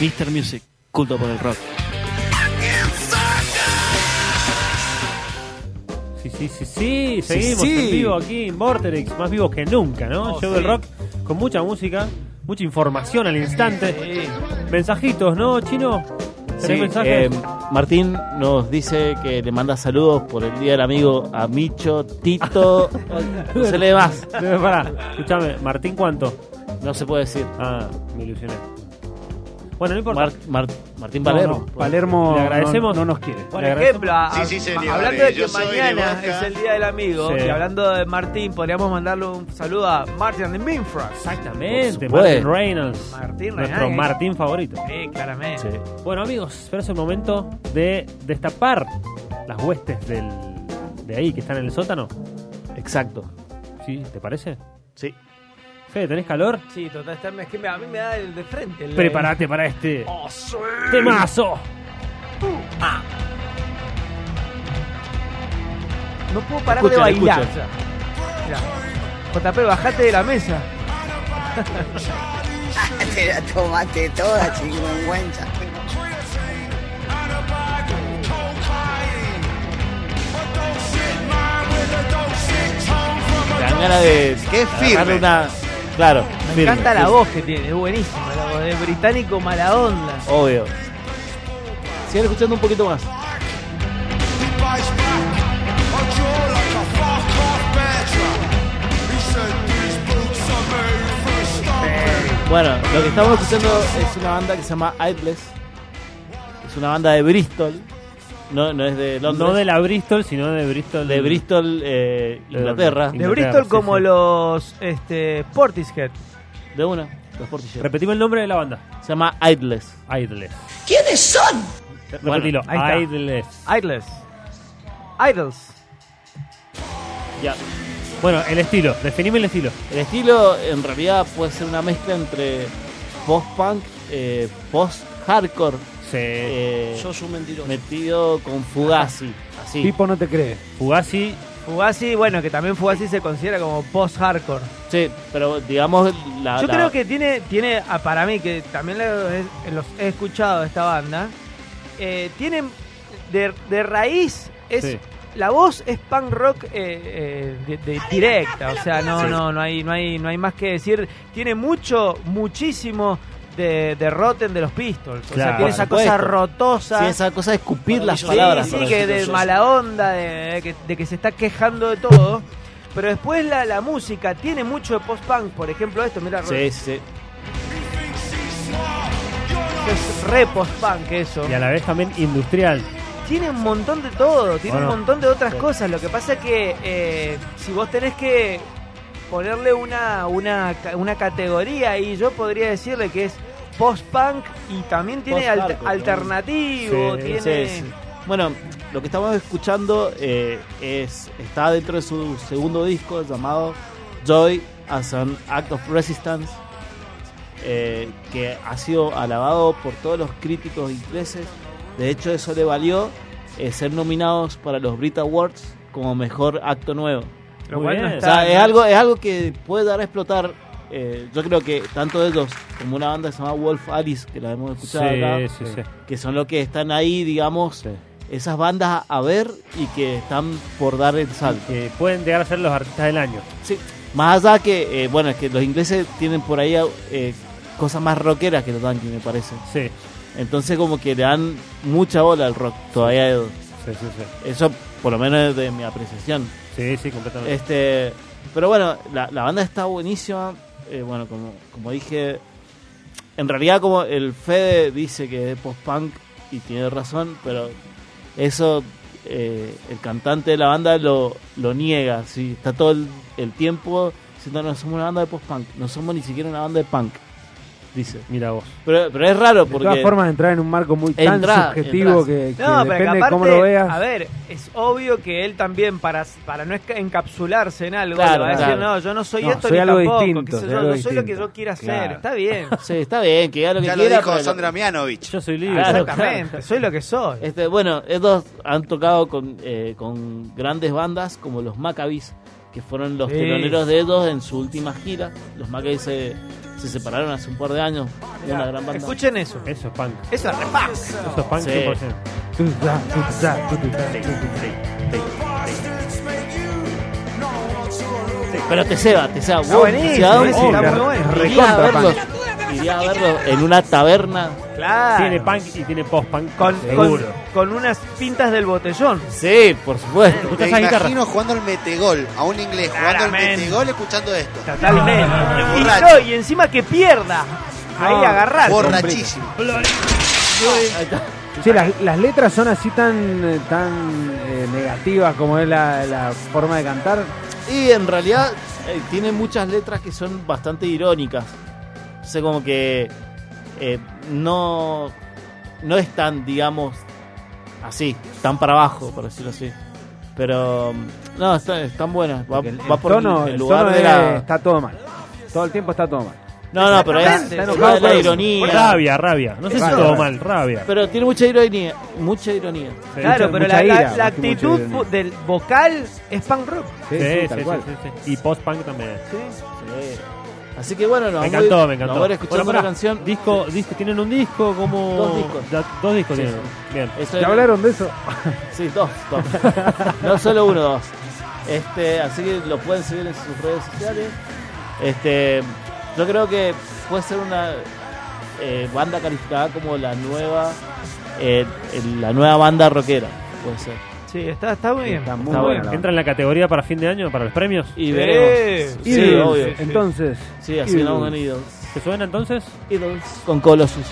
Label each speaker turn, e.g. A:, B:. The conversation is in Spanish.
A: Mr. Music, culto por el rock.
B: Sí, sí, sí, sí. Seguimos en vivo aquí en Vorterix, más vivos que nunca, ¿no?
A: Oh,
B: Show del
A: sí.
B: rock con mucha música, mucha información al instante. Mensajitos, ¿no, Chino? ¿Tenés
C: Sí,
B: mensajes?
C: eh, Martín nos dice que le manda saludos por el día del amigo a Micho, Tito. no se lee más,
B: Eh, Pará, escuchame, Martín, ¿cuánto?
C: no se puede decir.
B: Ah, me ilusioné. Bueno, no importa.
C: Mar- Mar- Martín
B: No,
C: Palermo.
B: no,
D: Palermo
B: Le agradecemos.
D: No, no nos quiere.
E: Por
B: Le
E: ejemplo, a-
F: Sí, sí, señores,
E: hablando de que
F: yo soy de
E: mañana
F: Boca.
E: es el Día del Amigo,
B: Sí.
E: y hablando de Martín, podríamos mandarle un saludo a Martin de Minfras.
B: Exactamente,
C: Por supuesto.
B: Martin Reynolds.
E: Martín
B: Nuestro
E: Reynolds.
B: Martín favorito.
E: Sí, claramente.
B: Bueno, amigos, pero es el momento de destapar las huestes del, de ahí que están en el sótano.
C: Exacto.
B: ¿Sí? ¿Te parece?
C: Sí.
B: Fede, ¿tenés calor?
E: Sí, total, está- es que me- a mí me da el de frente. el-
B: Prepárate para este temazo.
E: No puedo parar
C: Escucha,
E: de bailar.
C: escucha.
E: Mirá. JP, bajate de la mesa.
G: Te la tomaste toda, chingüengüenza.
C: Me dan ganas de
F: Qué
C: agarrar
F: firme.
C: una. Claro.
E: Me
C: firme,
E: encanta la
C: firme.
E: voz que tiene, es buenísima. La voz de británico mala onda.
C: Obvio. Sigan escuchando un poquito más. Bueno, lo que estamos escuchando es una banda que se llama Idles. Es una banda de Bristol. No, no es de Londres.
B: No de la Bristol, sino de Bristol.
C: de Bristol, eh, Inglaterra.
B: De-
E: De
B: Inglaterra,
E: Bristol
B: sí,
E: como
B: sí.
E: los este, Portishead.
C: De una, los Portishead.
B: Repetime el nombre de la banda.
C: Se llama Idles.
B: Idles.
G: ¿Quiénes son?
C: Bueno,
B: Repetilo.
E: ahí está.
B: Idles.
E: Idles. Idles.
C: Ya.
B: Bueno, el estilo. Definime el estilo.
C: El estilo en realidad puede ser una mezcla entre post-punk, eh, post-hardcore,
B: Se...
C: eh,
A: soy un mentiroso.
C: metido con Fugazi. Así.
D: Pipo no te cree.
B: Fugazi.
E: Fugazi, bueno, que también Fugazi se considera como post-hardcore.
C: Sí, pero digamos la.
E: Yo
C: la-
E: creo que tiene, tiene ah, para mí, que también lo he- eh, los he escuchado de esta banda, eh, tienen de, de raíz, es
B: Sí.
E: la voz es punk rock eh, eh, de- de directa, o sea, no, no, no, hay, no, hay, no hay más que decir, tiene mucho, muchísimo de, de Rotten de los Pistols, o sea,
B: Claro,
E: tiene
B: por
E: esa
C: supuesto.
E: cosa rotosa.
C: Sí, esa cosa de escupir las
E: Sí,
C: palabras.
E: Sí,
C: para
E: que de
C: nosotros.
E: mala onda, de, de que, de que se está quejando de todo. Pero después la, la música tiene mucho de post-punk. Por ejemplo, esto, mira,
C: Sí, sí, sí.
E: es re post-punk eso.
B: Y a la vez también industrial.
E: Tiene un montón de todo, tiene
B: Bueno.
E: un montón de otras cosas. Lo que pasa es que eh, si vos tenés que ponerle una, una, ca- una categoría y yo podría decirle que es post-punk y también tiene alt-
C: Post-hardcore, ¿no?
E: alternativo,
B: Sí,
E: tiene...
C: Sí, sí. Bueno, lo que estamos escuchando eh, es está dentro de su segundo disco llamado Joy as an Act of Resistance, eh, que ha sido alabado por todos los críticos ingleses. De hecho, eso le valió eh, ser nominados para los Brit Awards como mejor acto nuevo.
E: Lo
B: Muy
E: cual
B: bien.
E: no
C: O
E: está-
C: sea, es
E: no-
C: algo, es algo que puede dar a explotar. eh, yo creo que tanto ellos como una banda que se llama Wolf Alice, que la hemos escuchado acá,
B: Sí, sí, sí.
C: que son los que están ahí, digamos, esas bandas a ver y que están por dar el salto.
B: Que pueden llegar a ser los artistas del año.
C: Sí. Más allá que, eh, bueno, es que los ingleses tienen por ahí eh, cosas más rockeras que los Yankees, me parece.
B: Sí.
C: Entonces como que le dan mucha bola al rock todavía.
B: Sí, sí, sí.
C: Eso por lo menos es de mi apreciación.
B: Sí, sí, completamente.
C: Este, pero bueno, la, la banda está buenísima. Eh, bueno, como, como dije, en realidad como el Fede dice que es post-punk y tiene razón, pero eso eh, el cantante de la banda lo, lo niega. ¿sí? Está todo el, el tiempo diciendo no somos una banda de post-punk, no somos ni siquiera una banda de punk, dice.
B: Mira vos.
C: Pero, pero es raro
D: De todas
C: porque...
D: formas, entrar en un marco muy tan
C: Entra, entras.
D: subjetivo que, que
E: No, pero que
D: depende de
E: aparte,
D: cómo lo veas.
E: a ver, es obvio que él también para, para no esca- encapsularse en algo,
C: Claro,
E: le va a decir,
C: claro.
E: no, yo no soy
D: No,
E: esto
D: soy
E: ni
D: algo
E: tampoco,
D: distinto,
E: qué sé
D: soy
E: yo,
D: algo
E: yo soy lo que
D: distinto.
E: yo quiera hacer,
D: Claro.
E: está bien.
C: Sí, está bien, que haga lo que
F: Ya lo
C: quiera.
F: dijo
C: pero-
F: Sandra Mianovich.
B: Yo soy libre.
C: Claro.
E: Exactamente, soy lo que soy.
C: Este, bueno, estos han tocado con, eh, con grandes bandas como los Maccabees, que fueron los
E: Sí.
C: teloneros de ellos en su última gira. Los Maccabees se, se separaron hace un par de años. de Una gran banda.
E: Escuchen eso.
B: Eso es punk.
E: Eso es repax.
B: Eso es punk
C: Sí.
B: 100%.
C: Pero te ceba, te ceba.
E: Está buenísimo,
C: ¿eh?
E: ese está muy bueno.
C: Iría a,
D: Recontra
C: verlo, iría a verlo en una taberna.
E: Claro.
B: Tiene punk y tiene post-punk.
E: con, con,
B: seguro.
E: con unas pintas del botellón.
C: Sí, por supuesto.
D: Te
B: esa guitarra.
D: imagino jugando al metegol, a un inglés jugando al
E: Claramente.
D: metegol escuchando esto.
E: Totalmente. Y,
D: Borracho.
E: no, y encima que pierda. Ahí
B: No,
E: agarrar.
D: Borrachísimo.
F: Che, las, las letras son así tan, eh, tan eh, negativas como es la, la forma de cantar.
C: Y en realidad eh, tiene muchas letras que son bastante irónicas. O sea, como que eh, no, no es tan, digamos, así, tan para abajo, por decirlo así. Pero mm, no, está- están buenas. Va,
F: Porque el,
C: va
F: el
C: por
F: tono,
C: el
F: el
C: lugar
F: tono
C: de
F: es-
C: la.
F: está todo mal. Todo el tiempo está todo mal.
C: No, no, pero es
E: Exactamente.
C: el
E: Está
C: lugar de la
E: enojado por eso.
C: ironía.
B: Rabia, rabia. No sé si
F: Rabia.
B: todo mal, rabia.
C: Pero tiene mucha ironía. Mucha ironía.
E: Claro,
F: Mucha-
E: pero
F: mucha
E: la,
F: ira,
E: la- la
F: más que mucha
E: actitud
F: ironía.
E: del vocal es punk rock.
F: Sí, sí, tal cual.
B: sí, sí. Y post-punk también.
C: Sí. Así que bueno, nos
B: Me
C: vamos a
B: encantó,
C: ir-
B: me encantó.
C: nos vamos a ir escuchando
B: Bueno,
C: una
B: pará,
C: canción.
B: Disco, disco, tienen un disco como.
C: Dos discos.
B: Ya, dos discos
C: Sí,
B: tienen. Bien.
C: Esto
F: ¿Ya
C: es-
F: hablaron de eso?
C: Sí, dos, dos. no solo uno, dos. Este, así que lo pueden seguir en sus redes sociales. Este, yo creo que puede ser una eh, banda calificada como la nueva eh, el- la nueva banda rockera, puede ser.
E: Sí, está, está muy bien.
F: Está muy
C: Está
F: buena.
C: bueno.
F: la
B: ¿Entra en la categoría para fin de año, para los premios?
C: Y veremos. Sí,
F: Idols,
C: obvio.
F: Entonces,
C: Sí, así no
F: Idols.
C: han ido.
B: ¿Te suena entonces?
C: Con Colossus.